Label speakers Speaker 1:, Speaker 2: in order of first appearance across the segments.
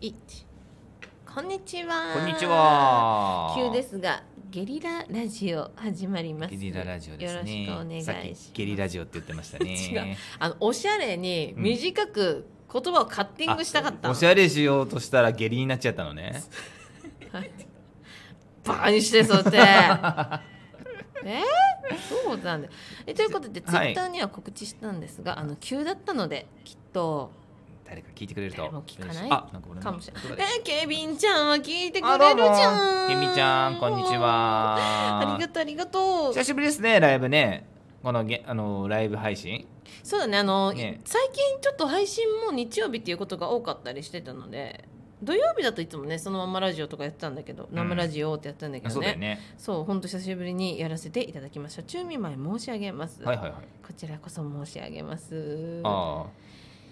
Speaker 1: 一。こんにちは。
Speaker 2: こんにち。は。
Speaker 1: 急ですが、ゲリララジオ始まります。
Speaker 2: ゲリララジオですね。
Speaker 1: よろしくお願いし
Speaker 2: さ
Speaker 1: ま
Speaker 2: っ
Speaker 1: す
Speaker 2: き。ゲリラジオって言ってました ね。
Speaker 1: 違うあのおしゃれに短く言葉をカッティングしたかったの。
Speaker 2: あおしゃれしようとしたら下痢になっちゃったのね。
Speaker 1: バカにしてそうや って。えー、そうなんだ。えということで、ツイ
Speaker 2: はい
Speaker 1: ッターには告知したんですが、あの急だったのできっと。
Speaker 2: 誰か聞いてくれると。
Speaker 1: 誰も聞かない
Speaker 2: 嬉しあ、なんか俺
Speaker 1: かもしれない
Speaker 2: 音が出て
Speaker 1: えー、ケビンちゃんは聞いてく
Speaker 2: あ
Speaker 1: れ
Speaker 2: ど
Speaker 1: る
Speaker 2: う
Speaker 1: じ
Speaker 2: も
Speaker 1: ゃん。
Speaker 2: ケミちゃんこんにち。は。
Speaker 1: ありがとうありがとう。
Speaker 2: 久しぶりですねライブね。このげあのライブ配信。
Speaker 1: そうだねあの、
Speaker 2: ね
Speaker 1: 最近ちょっと配信も日曜日っていうことが多かったりしてたので土曜日だといつもねそのままラジオとかやってたんだけど「生ラジオ」ってやってたんだけ
Speaker 2: あそ
Speaker 1: ど
Speaker 2: うだよ
Speaker 1: ね
Speaker 2: ね。
Speaker 1: そうほんと久しぶりにやらせていただきました中見舞い申し上げます、
Speaker 2: はいはいはい。
Speaker 1: こちらこそ申し上げます
Speaker 2: ああ、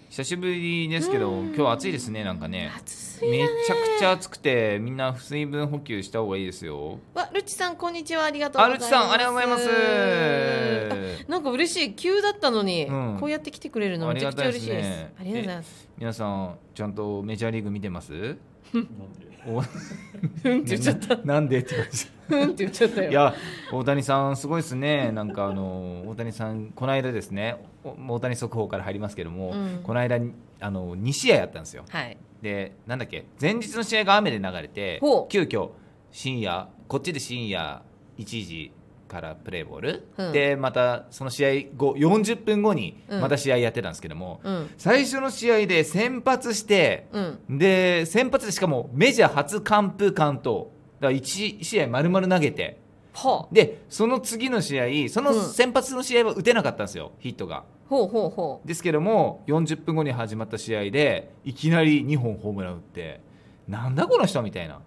Speaker 2: 久しぶりですけど
Speaker 1: うん
Speaker 2: 今日暑いですねなんかね。
Speaker 1: 暑すぎ
Speaker 2: め
Speaker 1: だ
Speaker 2: ち
Speaker 1: ね
Speaker 2: ゃくちゃ暑くてみんな水分補給した方がいいですよ。
Speaker 1: わルチさんこんにちはありがとう
Speaker 2: あ
Speaker 1: ござい
Speaker 2: る
Speaker 1: ま
Speaker 2: ち
Speaker 1: す
Speaker 2: さんありがとうございます。
Speaker 1: あなんか嬉しい急だったのに、
Speaker 2: うん
Speaker 1: こうやって来てくれるの
Speaker 2: あ
Speaker 1: め
Speaker 2: り
Speaker 1: ちゃ
Speaker 2: が
Speaker 1: くち
Speaker 2: た
Speaker 1: ゃ
Speaker 2: いで
Speaker 1: 嬉し
Speaker 2: す
Speaker 1: いです
Speaker 2: ね
Speaker 1: ありがとうございます
Speaker 2: 皆さんちゃんとメジャーリーグ見てます？お
Speaker 1: うんって言っ ちゃった
Speaker 2: ななんでって言われ ちゃ
Speaker 1: う
Speaker 2: っ
Speaker 1: んって言っちゃった
Speaker 2: た
Speaker 1: よ
Speaker 2: いや大谷さんすごいですねなんかあの大谷さんこの間ですねお大谷速報から入りますけども、
Speaker 1: うん
Speaker 2: この間にあの2試合やったんですよ
Speaker 1: はい
Speaker 2: でなんだっけ前日の試合が雨で流れて
Speaker 1: ほう
Speaker 2: 急遽深夜こっちで深夜1時からプレーボール、
Speaker 1: うん
Speaker 2: でまたその試合後40分後に
Speaker 1: うん
Speaker 2: また試合やってたんですけども、
Speaker 1: うん
Speaker 2: 最初の試合で先発して、
Speaker 1: うん
Speaker 2: で先発でしかもメジャー初完封完投だから1試合丸々投げて
Speaker 1: ほう
Speaker 2: でその次の試合その
Speaker 1: うん
Speaker 2: 先発の試合は打てなかったんですよヒットが
Speaker 1: ほうほうほ
Speaker 2: ですけども40分後に始まった試合でいきなり2本ホームラン打ってなんだこの人みたいな、
Speaker 1: う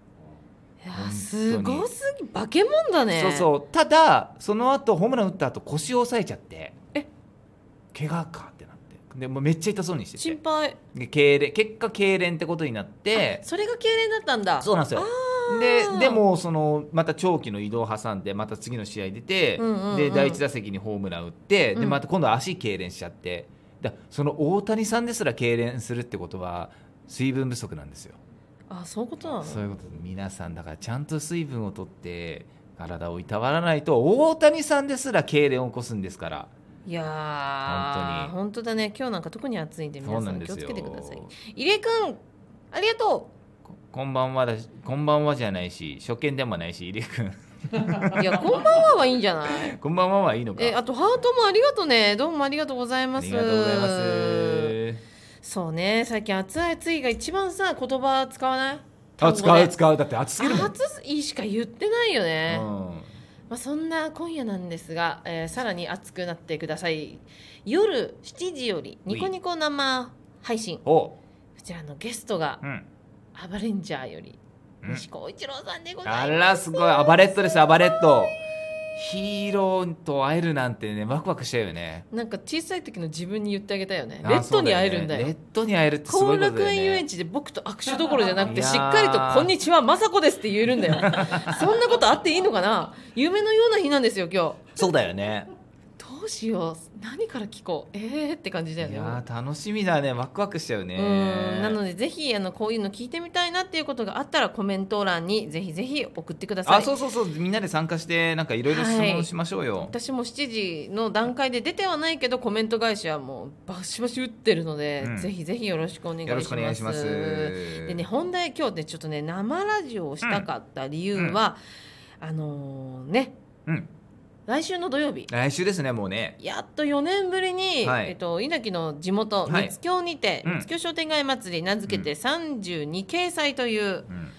Speaker 1: いや
Speaker 2: 本当に
Speaker 1: すごすぎ化け物だね
Speaker 2: そうそうただその後ホームラン打った後腰を押さえちゃって
Speaker 1: え
Speaker 2: 怪我かってなってでもうめっちゃ痛そうにして
Speaker 1: 心
Speaker 2: て
Speaker 1: 配
Speaker 2: で痙攣結果痙攣ってことになって
Speaker 1: それが痙攣だったんだ
Speaker 2: そうなんですよ
Speaker 1: あー
Speaker 2: ででもそのまた長期の移動を挟んでまた次の試合出て、
Speaker 1: うんうんうん
Speaker 2: で第1打席にホームラン打って、
Speaker 1: う
Speaker 2: で
Speaker 1: ん
Speaker 2: また今度は足痙攣しちゃってだその大谷さんですら痙攣するってことは水分不足なんですよ、
Speaker 1: あそういうことなの
Speaker 2: そういうことで皆さんだからちゃんと水分を取って体をいたわらないと大谷さんですら痙攣を起こすんですから
Speaker 1: いやー
Speaker 2: 本当に
Speaker 1: 本当だね今日なんか特に暑いんで
Speaker 2: そ
Speaker 1: 皆
Speaker 2: うな
Speaker 1: さ
Speaker 2: ん
Speaker 1: ん
Speaker 2: で
Speaker 1: 気を
Speaker 2: す
Speaker 1: つ
Speaker 2: よ
Speaker 1: けてください入江くんありがと
Speaker 2: ここんばんはだしこんばんはじゃないし初見でもないし入江君
Speaker 1: ういやこんばんははいいんじゃない
Speaker 2: こんばんははいいのか
Speaker 1: えあとハートもありがとねどうもありがとうござい
Speaker 2: あ
Speaker 1: ます
Speaker 2: りがとうございます
Speaker 1: そうね最近暑い暑いが一番さ言葉使わない
Speaker 2: あ使う
Speaker 1: う
Speaker 2: 使うだって暑すぎるもん、
Speaker 1: 暑いしか言ってないよね、
Speaker 2: うん
Speaker 1: まあ、そんな今夜なんですが、えーさらに熱くなってください夜7時よりニコニコ生配信こ
Speaker 2: お
Speaker 1: ちらのゲストが
Speaker 2: うん、
Speaker 1: アバレンジャーより
Speaker 2: うん
Speaker 1: 西光一郎さんでござ
Speaker 2: あ
Speaker 1: いま
Speaker 2: ら
Speaker 1: す、
Speaker 2: すごいアバレットですアバレットヒーローと会えるなんてねワクワクしちゃうよね
Speaker 1: なんか小さい時の自分に言ってあげたよね
Speaker 2: あ
Speaker 1: レッドに会えるんだよ
Speaker 2: そうねレッドに会えるってすご
Speaker 1: 後
Speaker 2: いこと
Speaker 1: 楽
Speaker 2: だ
Speaker 1: 園遊
Speaker 2: よね
Speaker 1: 園地で僕と握手どころじゃなくて
Speaker 2: いやー
Speaker 1: しっかりと「こんにちは雅子です」って言えるんだよ そんなことあっていいのかな夢のような日なんですよ今
Speaker 2: そうだよね
Speaker 1: 日どうしよう何から聞こうえーって感じ
Speaker 2: い
Speaker 1: だよね
Speaker 2: やー楽しみだねワクワクしちゃうね
Speaker 1: うんなのでぜひあのこういうの聞いてみたいなっていうことがあったらコメント欄にぜひぜひ送ってください
Speaker 2: あそうそうそうみんなで参加してなんかいろいろ質問しましょうよ、
Speaker 1: 私も7時の段階で出てはないけどコメント返しはもうバシバシ打ってるので、
Speaker 2: うん
Speaker 1: ぜひぜひよろしくお願いします
Speaker 2: よろしくお願いします
Speaker 1: でね本題今日ねちょっとね生ラジオをしたかった理由は、あのーね
Speaker 2: うん
Speaker 1: 来週の土曜日
Speaker 2: 来週ですねもうね
Speaker 1: やっと4年ぶりに、
Speaker 2: はい
Speaker 1: えっと、稲城の地元
Speaker 2: はい
Speaker 1: 三津京にて、
Speaker 2: うん
Speaker 1: 三津京商店街祭り名付けて32掲載という、
Speaker 2: うん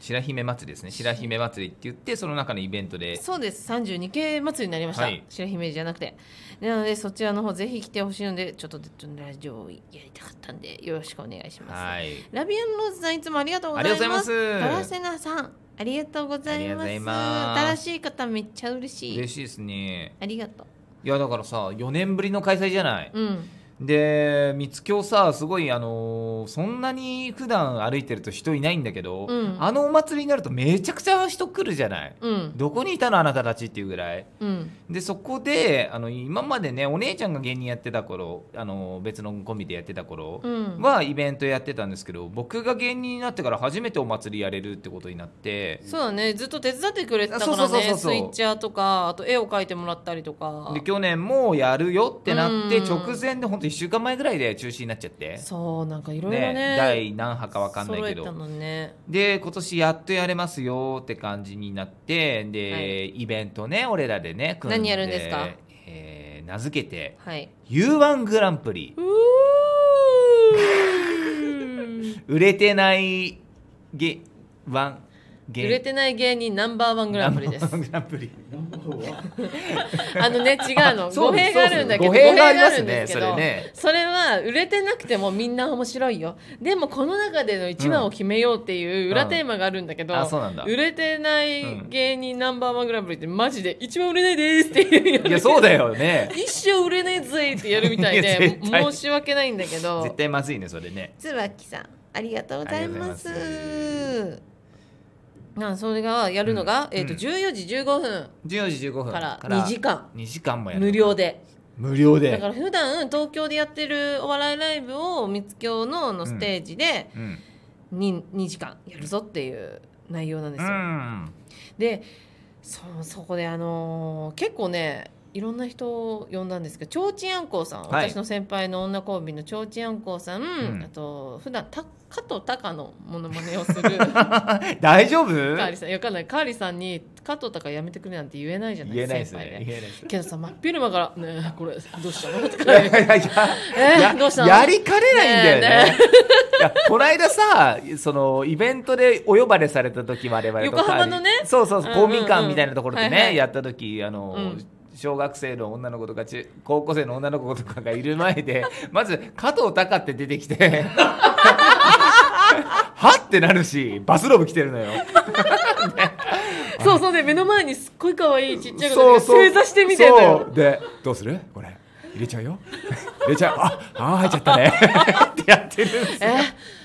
Speaker 2: 白姫祭りですね白姫祭りって言ってその中のイベントで
Speaker 1: そうです32系祭りになりました、
Speaker 2: はい
Speaker 1: 白姫じゃなくてなのでそちらの方ぜひ来てほしいのでちょっとラジオをやりたかったんでよろしくお願いします、
Speaker 2: はい
Speaker 1: ラビアンローズさんいつもありがとうございます
Speaker 2: ありがとうございま
Speaker 1: ガラセナ
Speaker 2: す
Speaker 1: さんありがとうござい
Speaker 2: ありがとう
Speaker 1: ます
Speaker 2: ございます
Speaker 1: 新しい方めっちゃ嬉しい
Speaker 2: 嬉しいですね
Speaker 1: ありがと
Speaker 2: いやだからさ4年ぶりの開催じゃないう
Speaker 1: うん
Speaker 2: で三つ京さすごいあのーそんなに普段歩いてると人いないんだけど、
Speaker 1: うん
Speaker 2: あのお祭りになるとめちゃくちゃ人来るじゃない
Speaker 1: うん
Speaker 2: どこにいたのあなたたちっていうぐらい
Speaker 1: うん
Speaker 2: でそこであの今までねお姉ちゃんが芸人やってた頃あの別のコンビでやってた頃
Speaker 1: うん
Speaker 2: はイベントやってたんですけど僕が芸人になってから初めてお祭りやれるってことになって
Speaker 1: そうだねずっと手伝ってくれてた
Speaker 2: そう
Speaker 1: か
Speaker 2: そう
Speaker 1: ら
Speaker 2: そう
Speaker 1: ね
Speaker 2: そう
Speaker 1: スイッチャーとかあと絵を描いてもらったりとか
Speaker 2: で去年もやるよってなって
Speaker 1: うん
Speaker 2: 直前で本当1週間前ぐらいで中止になっちゃって、
Speaker 1: そうなんかいろいろね
Speaker 2: ね、第何波か分かんないけ
Speaker 1: 揃えた
Speaker 2: ど。
Speaker 1: のね
Speaker 2: で今年やっとやれますよって感じになってで、
Speaker 1: は
Speaker 2: イベントね俺らでね組んで
Speaker 1: 何やるんですか
Speaker 2: えー名付けて
Speaker 1: はい
Speaker 2: U1 グランプリ
Speaker 1: うー
Speaker 2: 売れてないゲワンゲ
Speaker 1: 売れてない芸人ナンバーワングランプリです
Speaker 2: グランプリ
Speaker 1: あのね違うの
Speaker 2: あ そ
Speaker 1: 語
Speaker 2: うで
Speaker 1: 弊
Speaker 2: す
Speaker 1: があるんだけど
Speaker 2: そうです語弊があり
Speaker 1: 語
Speaker 2: ま
Speaker 1: る
Speaker 2: す
Speaker 1: ん
Speaker 2: ね
Speaker 1: ですけど
Speaker 2: それね
Speaker 1: それは売れてなくてもみんな面白いよでもこの中での一番を決めようっていう裏テーマがあるんだけど、
Speaker 2: あそうなんだ
Speaker 1: 売
Speaker 2: い
Speaker 1: れてない
Speaker 2: うん
Speaker 1: 芸人ナンバーワングランプリってマジで一番売れないですっていう
Speaker 2: やそうだよね
Speaker 1: 一生売れねえぜってやるみたい
Speaker 2: いや
Speaker 1: で
Speaker 2: 絶対
Speaker 1: 申し訳ないんだけど
Speaker 2: 絶対まずいねそれね
Speaker 1: 椿さんありがとう
Speaker 2: ございますありがとうご
Speaker 1: なそれがやるのが、
Speaker 2: うん
Speaker 1: えー、と
Speaker 2: うん
Speaker 1: 14時15分
Speaker 2: 14時15分
Speaker 1: から2時間
Speaker 2: 2時間もやる
Speaker 1: 無料で
Speaker 2: 無料
Speaker 1: だか
Speaker 2: で
Speaker 1: ら普段東京でやってるお笑いライブを三つ京のあのステージで
Speaker 2: うん、
Speaker 1: 2, 2時間やるぞっていう内容なんで
Speaker 2: う
Speaker 1: すよ、
Speaker 2: ん、
Speaker 1: でそそこであのー結構ねいろんな人を呼んだんですけどちょうちんあんこうさん、
Speaker 2: はい
Speaker 1: 私の先輩の女コンビのちょうちんあんこうさん、
Speaker 2: ん
Speaker 1: あと普段た加藤隆のものまねを する
Speaker 2: 大丈夫
Speaker 1: カーリーさんいやわかんないカーリーさんに加藤隆やめてくれなんて言えないじゃない
Speaker 2: 言えないです
Speaker 1: 先輩
Speaker 2: ね
Speaker 1: で
Speaker 2: 言えないです
Speaker 1: けどさ真っ昼間から「ねえこれどうしたの?」とか
Speaker 2: いやいやいや
Speaker 1: え
Speaker 2: や
Speaker 1: どうしたの
Speaker 2: やりかねないんだよね
Speaker 1: ね
Speaker 2: いやこないださそのイベントでお呼ばれされた時我々と
Speaker 1: 横浜のね
Speaker 2: そうそうそう
Speaker 1: うんうんうん
Speaker 2: 公民館みたいなところでね、
Speaker 1: はいはい
Speaker 2: やった時あの、
Speaker 1: うん
Speaker 2: 小学生の女の子とか中高校生の女の子とかがいる前で まず加藤隆って出てきて はってなるしバスローブ着てるのよ
Speaker 1: そうそうで目の前にすっごい可愛いちっちゃい子が正座してみてんの
Speaker 2: そ
Speaker 1: よ
Speaker 2: うでどうするこれ入れちゃうよ 入れちゃうああー入っちゃったね ってやってるんです
Speaker 1: え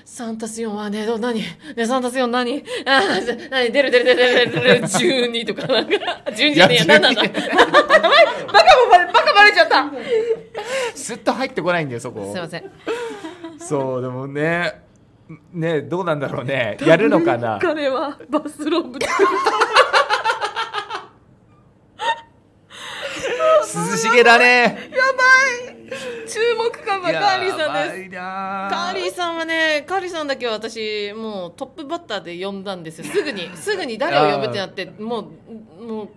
Speaker 1: 3たす4はね、どう、何ね、3たす4何あー、じゃ何出る出る出る出る出る、12とかなんか、12じゃねえや、
Speaker 2: いや
Speaker 1: 何なんだ。やばいバカもバレ、バカバレちゃった
Speaker 2: すっと入ってこないんだよそこ
Speaker 1: すいません。
Speaker 2: そうでもねねどうなんだろうねやるのかな
Speaker 1: 彼はバスローブで。
Speaker 2: 涼しげだね
Speaker 1: 注目感はカーリーさんです。
Speaker 2: すカ
Speaker 1: カーリーさんはね、カーリーさんだけは私、もうトップバッターで呼んだんですよ。すぐ に、すぐに誰を呼ぶってなって、もう、もう、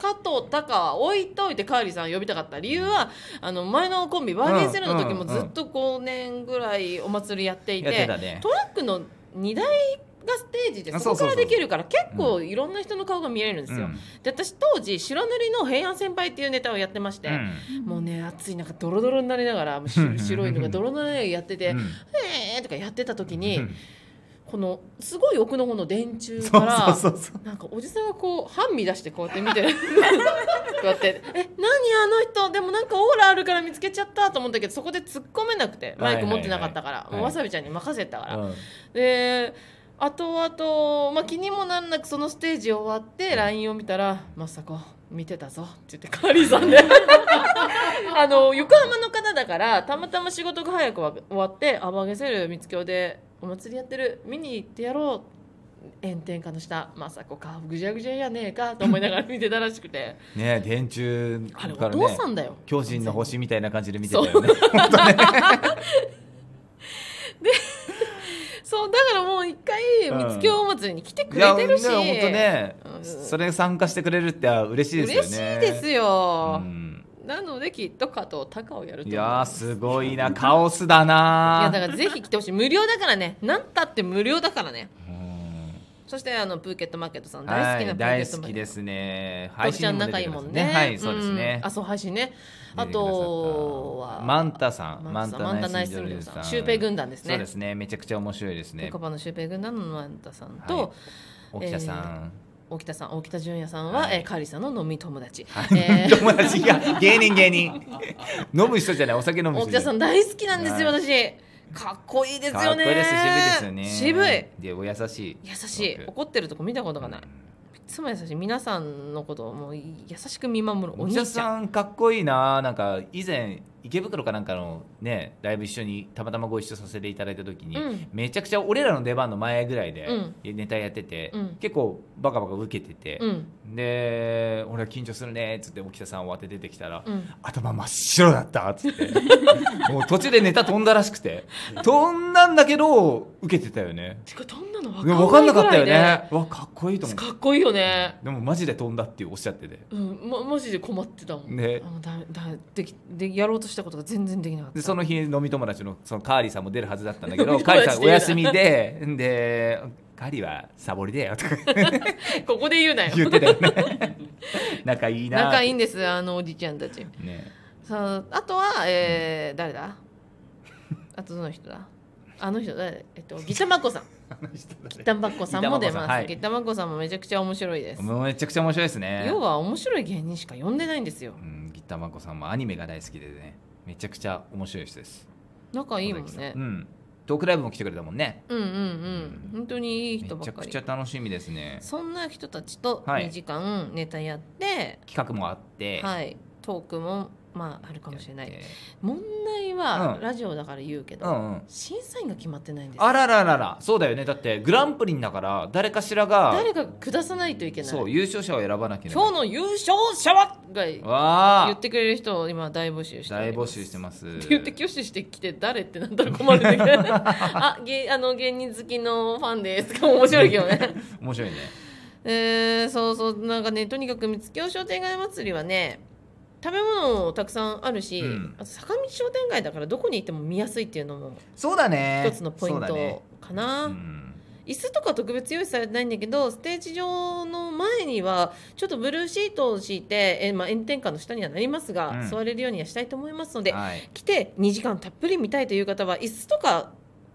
Speaker 1: 加藤隆は置いといてカーリーさんを呼びたかった理由は、あの、前のコンビ、バーゲンセルの時も
Speaker 2: うんうんう
Speaker 1: ず
Speaker 2: ん
Speaker 1: っと5年ぐらいお祭りやっていて、
Speaker 2: やってたね
Speaker 1: トラックの荷台がステージで
Speaker 2: あ
Speaker 1: そこから
Speaker 2: そう
Speaker 1: で
Speaker 2: そうそう
Speaker 1: きるから結構いろんな人の顔が見えるんですよ、
Speaker 2: うん
Speaker 1: で私当時白塗りの平安先輩っていうネタをやってまして、もうね暑い中ドロドロになりながらもう
Speaker 2: うんうんうん
Speaker 1: 白白いのがドロドロにやってて「
Speaker 2: うん
Speaker 1: えー」とかやってた時に、
Speaker 2: うん
Speaker 1: このすごい奥の方の電柱
Speaker 2: そ
Speaker 1: か
Speaker 2: う
Speaker 1: ら
Speaker 2: そうそうそう
Speaker 1: なんかおじさんがこう半身出してこうやって見てる こうやって「え何あの人でもなんかオーラあるから見つけちゃった」と思ったけどそこで突っ込めなくてマイク持ってなかったから、
Speaker 2: はいはいはい
Speaker 1: もうわさびちゃんに任せたから。
Speaker 2: うん
Speaker 1: であとあと、まあ、気にもなんなくそのステージ終わって LINE を見たら「まさこ見てたぞ」って言ってカーリーさんであの横浜の方だからたまたま仕事が早くわ終わって「あばげせる三つ京でお祭りやってる見に行ってやろう」炎天下の下まさこ顔ぐじゃぐじゃやねえかと思いながら見てたらしく て
Speaker 2: ね電柱
Speaker 1: あれ
Speaker 2: か
Speaker 1: お
Speaker 2: ら
Speaker 1: 父
Speaker 2: ね
Speaker 1: さんだよ
Speaker 2: 巨人の星みたいな感じで見てたよね
Speaker 1: そうだからもう一回
Speaker 2: うん
Speaker 1: 三つ京お祭りに来てく
Speaker 2: い
Speaker 1: れ
Speaker 2: や
Speaker 1: て
Speaker 2: ね
Speaker 1: るし、
Speaker 2: 本当ね
Speaker 1: うん
Speaker 2: それ参加してくれるって嬉しいですよ
Speaker 1: 嬉
Speaker 2: ね
Speaker 1: しいですよ、
Speaker 2: うん
Speaker 1: なのできっと加藤隆をやると思う
Speaker 2: いやーすごいなカオスだない
Speaker 1: やだからぜひ来てほしい無料だからね何たって無料だからね
Speaker 2: うん
Speaker 1: そしてあのプーケットマーケットさん大好き
Speaker 2: は、
Speaker 1: ないプーケ
Speaker 2: 大
Speaker 1: ット
Speaker 2: 好
Speaker 1: マー
Speaker 2: き
Speaker 1: ケット
Speaker 2: ですね。
Speaker 1: としちゃん仲いいもんね
Speaker 2: はい、そうですね
Speaker 1: ん。あそう配信ねあ
Speaker 2: 出てくださった
Speaker 1: とは
Speaker 2: マンタさん、
Speaker 1: マンタさんマンタナイスミドルさんシュウペイ軍団ですね
Speaker 2: そうですね、めちゃくちゃ面白いですね
Speaker 1: 岡。場のシュウペイ軍団のマンタさんと、
Speaker 2: 沖田さん、
Speaker 1: 沖田さん大北純也さんは、
Speaker 2: はい
Speaker 1: えーカーリーさんの飲み友達、 えー
Speaker 2: 友達が芸人芸人飲む人じゃないお酒飲む
Speaker 1: 大
Speaker 2: 人
Speaker 1: 北さん大好きなんですよ、
Speaker 2: は
Speaker 1: 私かっこいいです
Speaker 2: か
Speaker 1: よ
Speaker 2: っこ
Speaker 1: ね
Speaker 2: いいです渋いですよね
Speaker 1: 渋い
Speaker 2: でお優しい
Speaker 1: 優しい
Speaker 2: すごく
Speaker 1: 怒ってるとこ見たことがない、いつも優しい皆さんのことをもう優しく見守るお
Speaker 2: お
Speaker 1: 兄
Speaker 2: じ
Speaker 1: ちゃん
Speaker 2: さんかっこいいななんか以前池袋かなんかのねライブ一緒にたまたまご一緒させていただいた時に、
Speaker 1: うん
Speaker 2: めちゃくちゃ俺らの出番の前ぐらいで
Speaker 1: うん
Speaker 2: ネタやってて、
Speaker 1: うん
Speaker 2: 結構バカバカ受けてて、
Speaker 1: うん
Speaker 2: で俺は緊張するねっつって沖田さんを当て出てきたら、
Speaker 1: うん
Speaker 2: 頭真っ白だったっつって もう途中でネタ飛んだらしくて飛んだんだけど受けてたよね
Speaker 1: てかどんなの
Speaker 2: で
Speaker 1: 分
Speaker 2: も分
Speaker 1: か
Speaker 2: か
Speaker 1: ん
Speaker 2: ん
Speaker 1: な
Speaker 2: な
Speaker 1: か
Speaker 2: か
Speaker 1: っ
Speaker 2: ったた
Speaker 1: よ
Speaker 2: よ
Speaker 1: ね
Speaker 2: ねわかっこいいと思って
Speaker 1: かっこいいよね、
Speaker 2: でもマジで飛んだっておっしゃってて
Speaker 1: うん、ま、マジで困ってたもん。
Speaker 2: ね
Speaker 1: あのだだできでやろうとしたことが全然できなかった。
Speaker 2: でその日飲み友達のそのカーリーさんも出るはずだったんだけ
Speaker 1: 飲
Speaker 2: ど
Speaker 1: み友
Speaker 2: カー
Speaker 1: 達
Speaker 2: リーさんお休みででカーリーはサボりだよとか
Speaker 1: ここで言うなよ。
Speaker 2: 言ってたよね 仲いいな
Speaker 1: 仲いい
Speaker 2: い
Speaker 1: んですあのおじちゃんたち。
Speaker 2: ね
Speaker 1: さああとは、えー誰だ？あとどの人だ？あの人誰？えっとギタマコさん。
Speaker 2: あの人だね
Speaker 1: ギタマコさんも出ます。
Speaker 2: ギ
Speaker 1: ギタマコさんもめちゃくちゃ面白いです。
Speaker 2: もうめちゃくちゃ面白いですね
Speaker 1: 要は面白い芸人しか呼んでないんですよ
Speaker 2: う。ん、ギターマンコさんもアニメが大好きでねめちゃくちゃ面白い人です
Speaker 1: 仲いいもんね
Speaker 2: う。んトークライブも来てくれたもんね
Speaker 1: うんうんう
Speaker 2: うん
Speaker 1: ん。本当にいい
Speaker 2: め
Speaker 1: 人ば
Speaker 2: ち
Speaker 1: っ
Speaker 2: ゃ
Speaker 1: か
Speaker 2: く
Speaker 1: り
Speaker 2: ち。ゃ楽しみですね
Speaker 1: そんな人たちと
Speaker 2: はい
Speaker 1: 2時間ネタやって、
Speaker 2: 企画もあって、
Speaker 1: はい、トークもまああるかもしれない
Speaker 2: やって
Speaker 1: 問題は、
Speaker 2: うん
Speaker 1: ラジオだから言うけど、
Speaker 2: うんうん
Speaker 1: 審査員が決まってないんです
Speaker 2: あららららそうだよねだってグランプリんだから誰かしらが
Speaker 1: 誰かが下さないといけない
Speaker 2: そう優勝者を選ばなきゃいけない
Speaker 1: 今日の優勝者はが言
Speaker 2: わあ
Speaker 1: ってくれる人を今大募集しており
Speaker 2: 大
Speaker 1: ま
Speaker 2: 募
Speaker 1: す
Speaker 2: 集してます
Speaker 1: って言って挙手してきて誰ってなったら困るん だけどあ芸あの芸人好きのファンです とか面白いけどね
Speaker 2: 面白いね
Speaker 1: えー、そうそうなんかねとにかく三月商店街祭りはね食べ物もたくさんあるし、
Speaker 2: うん
Speaker 1: あと坂道商店街だからどこに行っても見やすいっていうのも
Speaker 2: そうだね
Speaker 1: 一つのポイン
Speaker 2: そうだね
Speaker 1: トかな、
Speaker 2: うん
Speaker 1: 椅子とか特別用意されてないんだけどステージ上の前にはちょっとブルーシートを敷いて、えーまあ、炎天下の下にはなりますが、
Speaker 2: うん
Speaker 1: 座れるようにはしたいと思いますので、
Speaker 2: はい、
Speaker 1: 来て2時間たっぷり見たいという方は椅子とか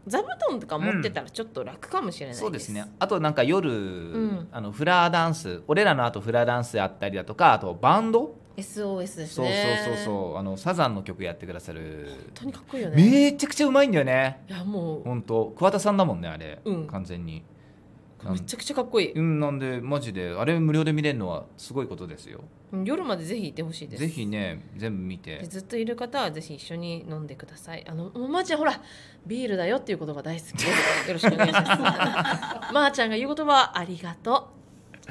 Speaker 1: 座布団とか持ってたらちょっと楽かもしれないです。
Speaker 2: そうですねあとなんか夜、
Speaker 1: ん
Speaker 2: あのフラダンス俺らの後フラダンスやったりだとかあとバンド
Speaker 1: SOS です
Speaker 2: そう
Speaker 1: ね
Speaker 2: そうそうそうあのサザンの曲やってくださる
Speaker 1: 本当にかっこいいよね。
Speaker 2: めちゃくちゃうまいんだよね
Speaker 1: いやもう
Speaker 2: 本当桑田さんだもんねあれ、
Speaker 1: うん
Speaker 2: 完全に
Speaker 1: めちゃくちゃかっこいい、
Speaker 2: うんなんでマジであれ無料で見れるのはすごいことですよ
Speaker 1: 夜までぜひいてほしいです
Speaker 2: ぜひね全部見て
Speaker 1: ずっといる方はぜひ一緒に飲んでくださいあのもうまーちゃんほらビールだよっていうことが大好きですよろしくお願いしますまーちゃんが言う言葉はありがと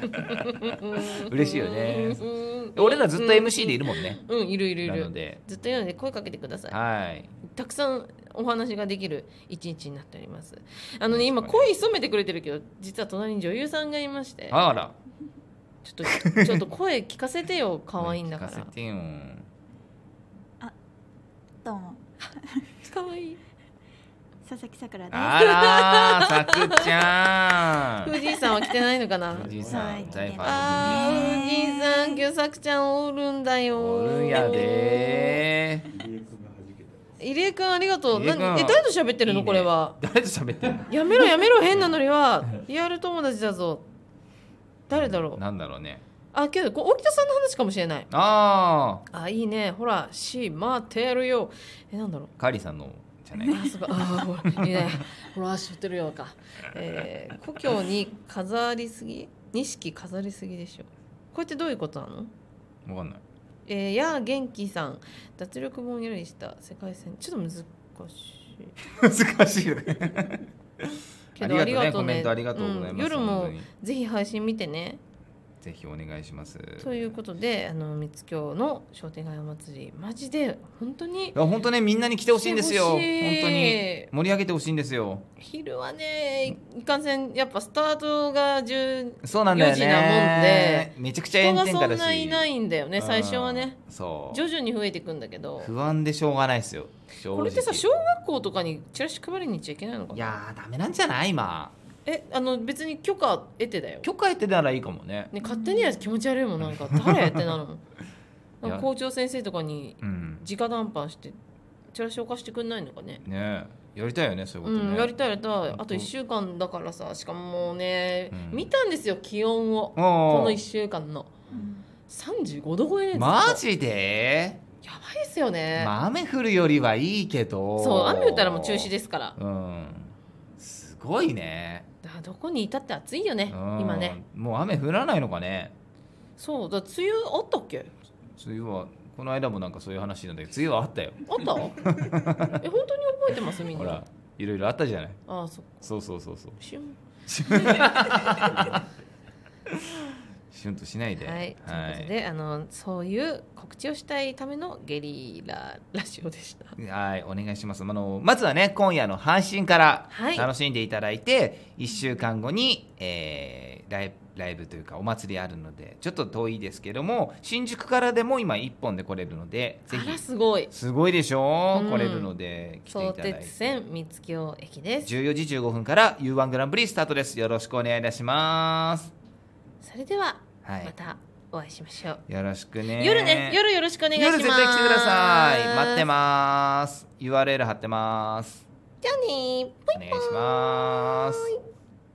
Speaker 1: う
Speaker 2: 嬉しいよね
Speaker 1: うん
Speaker 2: 俺らずっと MC でいるもんね
Speaker 1: うんいるいるい
Speaker 2: なの
Speaker 1: る
Speaker 2: で
Speaker 1: ずっといるので声かけてください
Speaker 2: はい
Speaker 1: たくさんお話ができる一日になっておりますあのね
Speaker 2: 確か
Speaker 1: 今
Speaker 2: に
Speaker 1: 声潜めてくれてるけど実は隣に女優さんがいまして
Speaker 2: あら
Speaker 1: ちょっとちょっと声聞かせて よ可愛いんだか
Speaker 2: 聞
Speaker 1: ら
Speaker 2: かせてよ
Speaker 3: どうも
Speaker 1: 可愛い
Speaker 3: 佐々木さくらで す。
Speaker 2: あらーさくちゃん
Speaker 1: 藤井さんは来てないのかな
Speaker 2: 藤井さん財
Speaker 1: あ
Speaker 2: 閥
Speaker 1: ー、藤井さん、今日さくちゃんおるんだよ。
Speaker 2: おるんや。でー
Speaker 1: 入江君ありがとう。
Speaker 2: 入江
Speaker 1: 何
Speaker 2: 君
Speaker 1: え、誰と喋ってる
Speaker 2: いい
Speaker 1: の
Speaker 2: ね
Speaker 1: これは。
Speaker 2: 誰と喋ってんの
Speaker 1: やめろや めろ、変なノリは。リアル友達だぞ。誰だろう。
Speaker 2: なんだろうね
Speaker 1: あ、けど、こ沖田さんの話かもしれない。
Speaker 2: あ
Speaker 1: あ、いいね。ほら、し、待ってるよ。え、なんだろう。
Speaker 2: あカーリーさんのじゃない
Speaker 1: あ、そっか。あー、ほら、いいね。ほら、知ってるよか。えー故郷に飾りすぎ錦飾りすぎでしょ。これってどういうことなの
Speaker 2: わかんない
Speaker 1: えー、やあ元気さん脱力ぼんやりした世界線ちょっと難しい
Speaker 2: 難しいよね
Speaker 1: け
Speaker 2: あ
Speaker 1: ど
Speaker 2: り
Speaker 1: あ
Speaker 2: が
Speaker 1: り
Speaker 2: と
Speaker 1: がとう
Speaker 2: うねコ
Speaker 1: ね
Speaker 2: メントありがとうございます
Speaker 1: 夜
Speaker 2: 本当
Speaker 1: も
Speaker 2: に
Speaker 1: ぜひ配信見てね
Speaker 2: ぜひお願いします
Speaker 1: ということであの三つ京の商店街お祭りマジで本当に
Speaker 2: いや本当ねみんなに来てほしいんですよ
Speaker 1: 来て
Speaker 2: 本
Speaker 1: ほしい
Speaker 2: 当に盛り上げてほしいんですよ
Speaker 1: 昼はねいかんせんやっぱスタートが10
Speaker 2: そうなんだよ
Speaker 1: 4時なもんで
Speaker 2: ねめちゃくちゃ
Speaker 1: 人
Speaker 2: 炎
Speaker 1: が
Speaker 2: 天
Speaker 1: そ
Speaker 2: 下だ
Speaker 1: ん
Speaker 2: し
Speaker 1: ないないんだよね最初はね
Speaker 2: うんそ
Speaker 1: 徐々に増えていくんだけど
Speaker 2: う不安でしょうがないですよ正直
Speaker 1: これってさ小学校とかにチラシ配りに行っちゃいけないのか
Speaker 2: い
Speaker 1: な
Speaker 2: やーダメなんじゃない今
Speaker 1: えあの別に許可得てだよ
Speaker 2: 許可得てならいいかもね
Speaker 1: ね、勝手には気持ち悪いもん なんか誰ってなるもんなんか校長先生とかに
Speaker 2: うん
Speaker 1: 直談判してチラシを貸してくんないのかね
Speaker 2: ねえやりたいよねそういうことね、
Speaker 1: うん、やりたいやりたい
Speaker 2: 本当
Speaker 1: あと1週間だからさしかももうね、
Speaker 2: うん
Speaker 1: 見たんですよ気温をこ
Speaker 2: お
Speaker 1: の
Speaker 2: ー
Speaker 1: 1週間の
Speaker 3: うん
Speaker 1: 35度超えです
Speaker 2: マジで、
Speaker 1: やばいですよね、
Speaker 2: まあ、雨降るよりはいいけど
Speaker 1: そう雨降ったらもう中止ですから
Speaker 2: うんすごいね
Speaker 1: だからどこにいたって暑いよね
Speaker 2: うん
Speaker 1: 今ね
Speaker 2: もう雨降らないのかね
Speaker 1: そうだから梅雨あったっけ
Speaker 2: 梅雨はこの間もなんかそういう話なんだけど梅雨はあったよ
Speaker 1: あった え本当に覚えてますみん
Speaker 2: ほら
Speaker 1: な
Speaker 2: いろいろあったじゃない
Speaker 1: ああそっか
Speaker 2: そうそうそうそう
Speaker 1: しゅん
Speaker 2: シュンとしないで
Speaker 1: はい、ということであのそういう告知をしたいためのゲリララジオでした
Speaker 2: はい、お願いします。あのまずはね、今夜の配信から
Speaker 1: はい
Speaker 2: 楽しんでいただいて、一1週間後に、えーライブライブというかお祭りあるので、ちょっと遠いですけども、新宿からでも今1本で来れるので、ぜ
Speaker 1: あら
Speaker 2: ひ
Speaker 1: すごい
Speaker 2: すごいでしょ、
Speaker 1: うん
Speaker 2: 来れるので来てい
Speaker 1: 相
Speaker 2: ただい
Speaker 1: 鉄
Speaker 2: て。
Speaker 1: 線三月尾駅です
Speaker 2: 14時15分から U1 グランプリスタートです。よろしくお願いいたします。
Speaker 1: それではま
Speaker 2: はい、
Speaker 1: たお会いしましょう、
Speaker 2: よろしくね。
Speaker 1: 夜ね夜よろしくお願いします
Speaker 2: 夜絶対来てください。待ってます。URL 貼ってます。
Speaker 1: じゃあねー
Speaker 2: お願いします。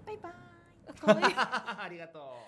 Speaker 3: バイバイ
Speaker 1: かわいい
Speaker 2: ありがとう。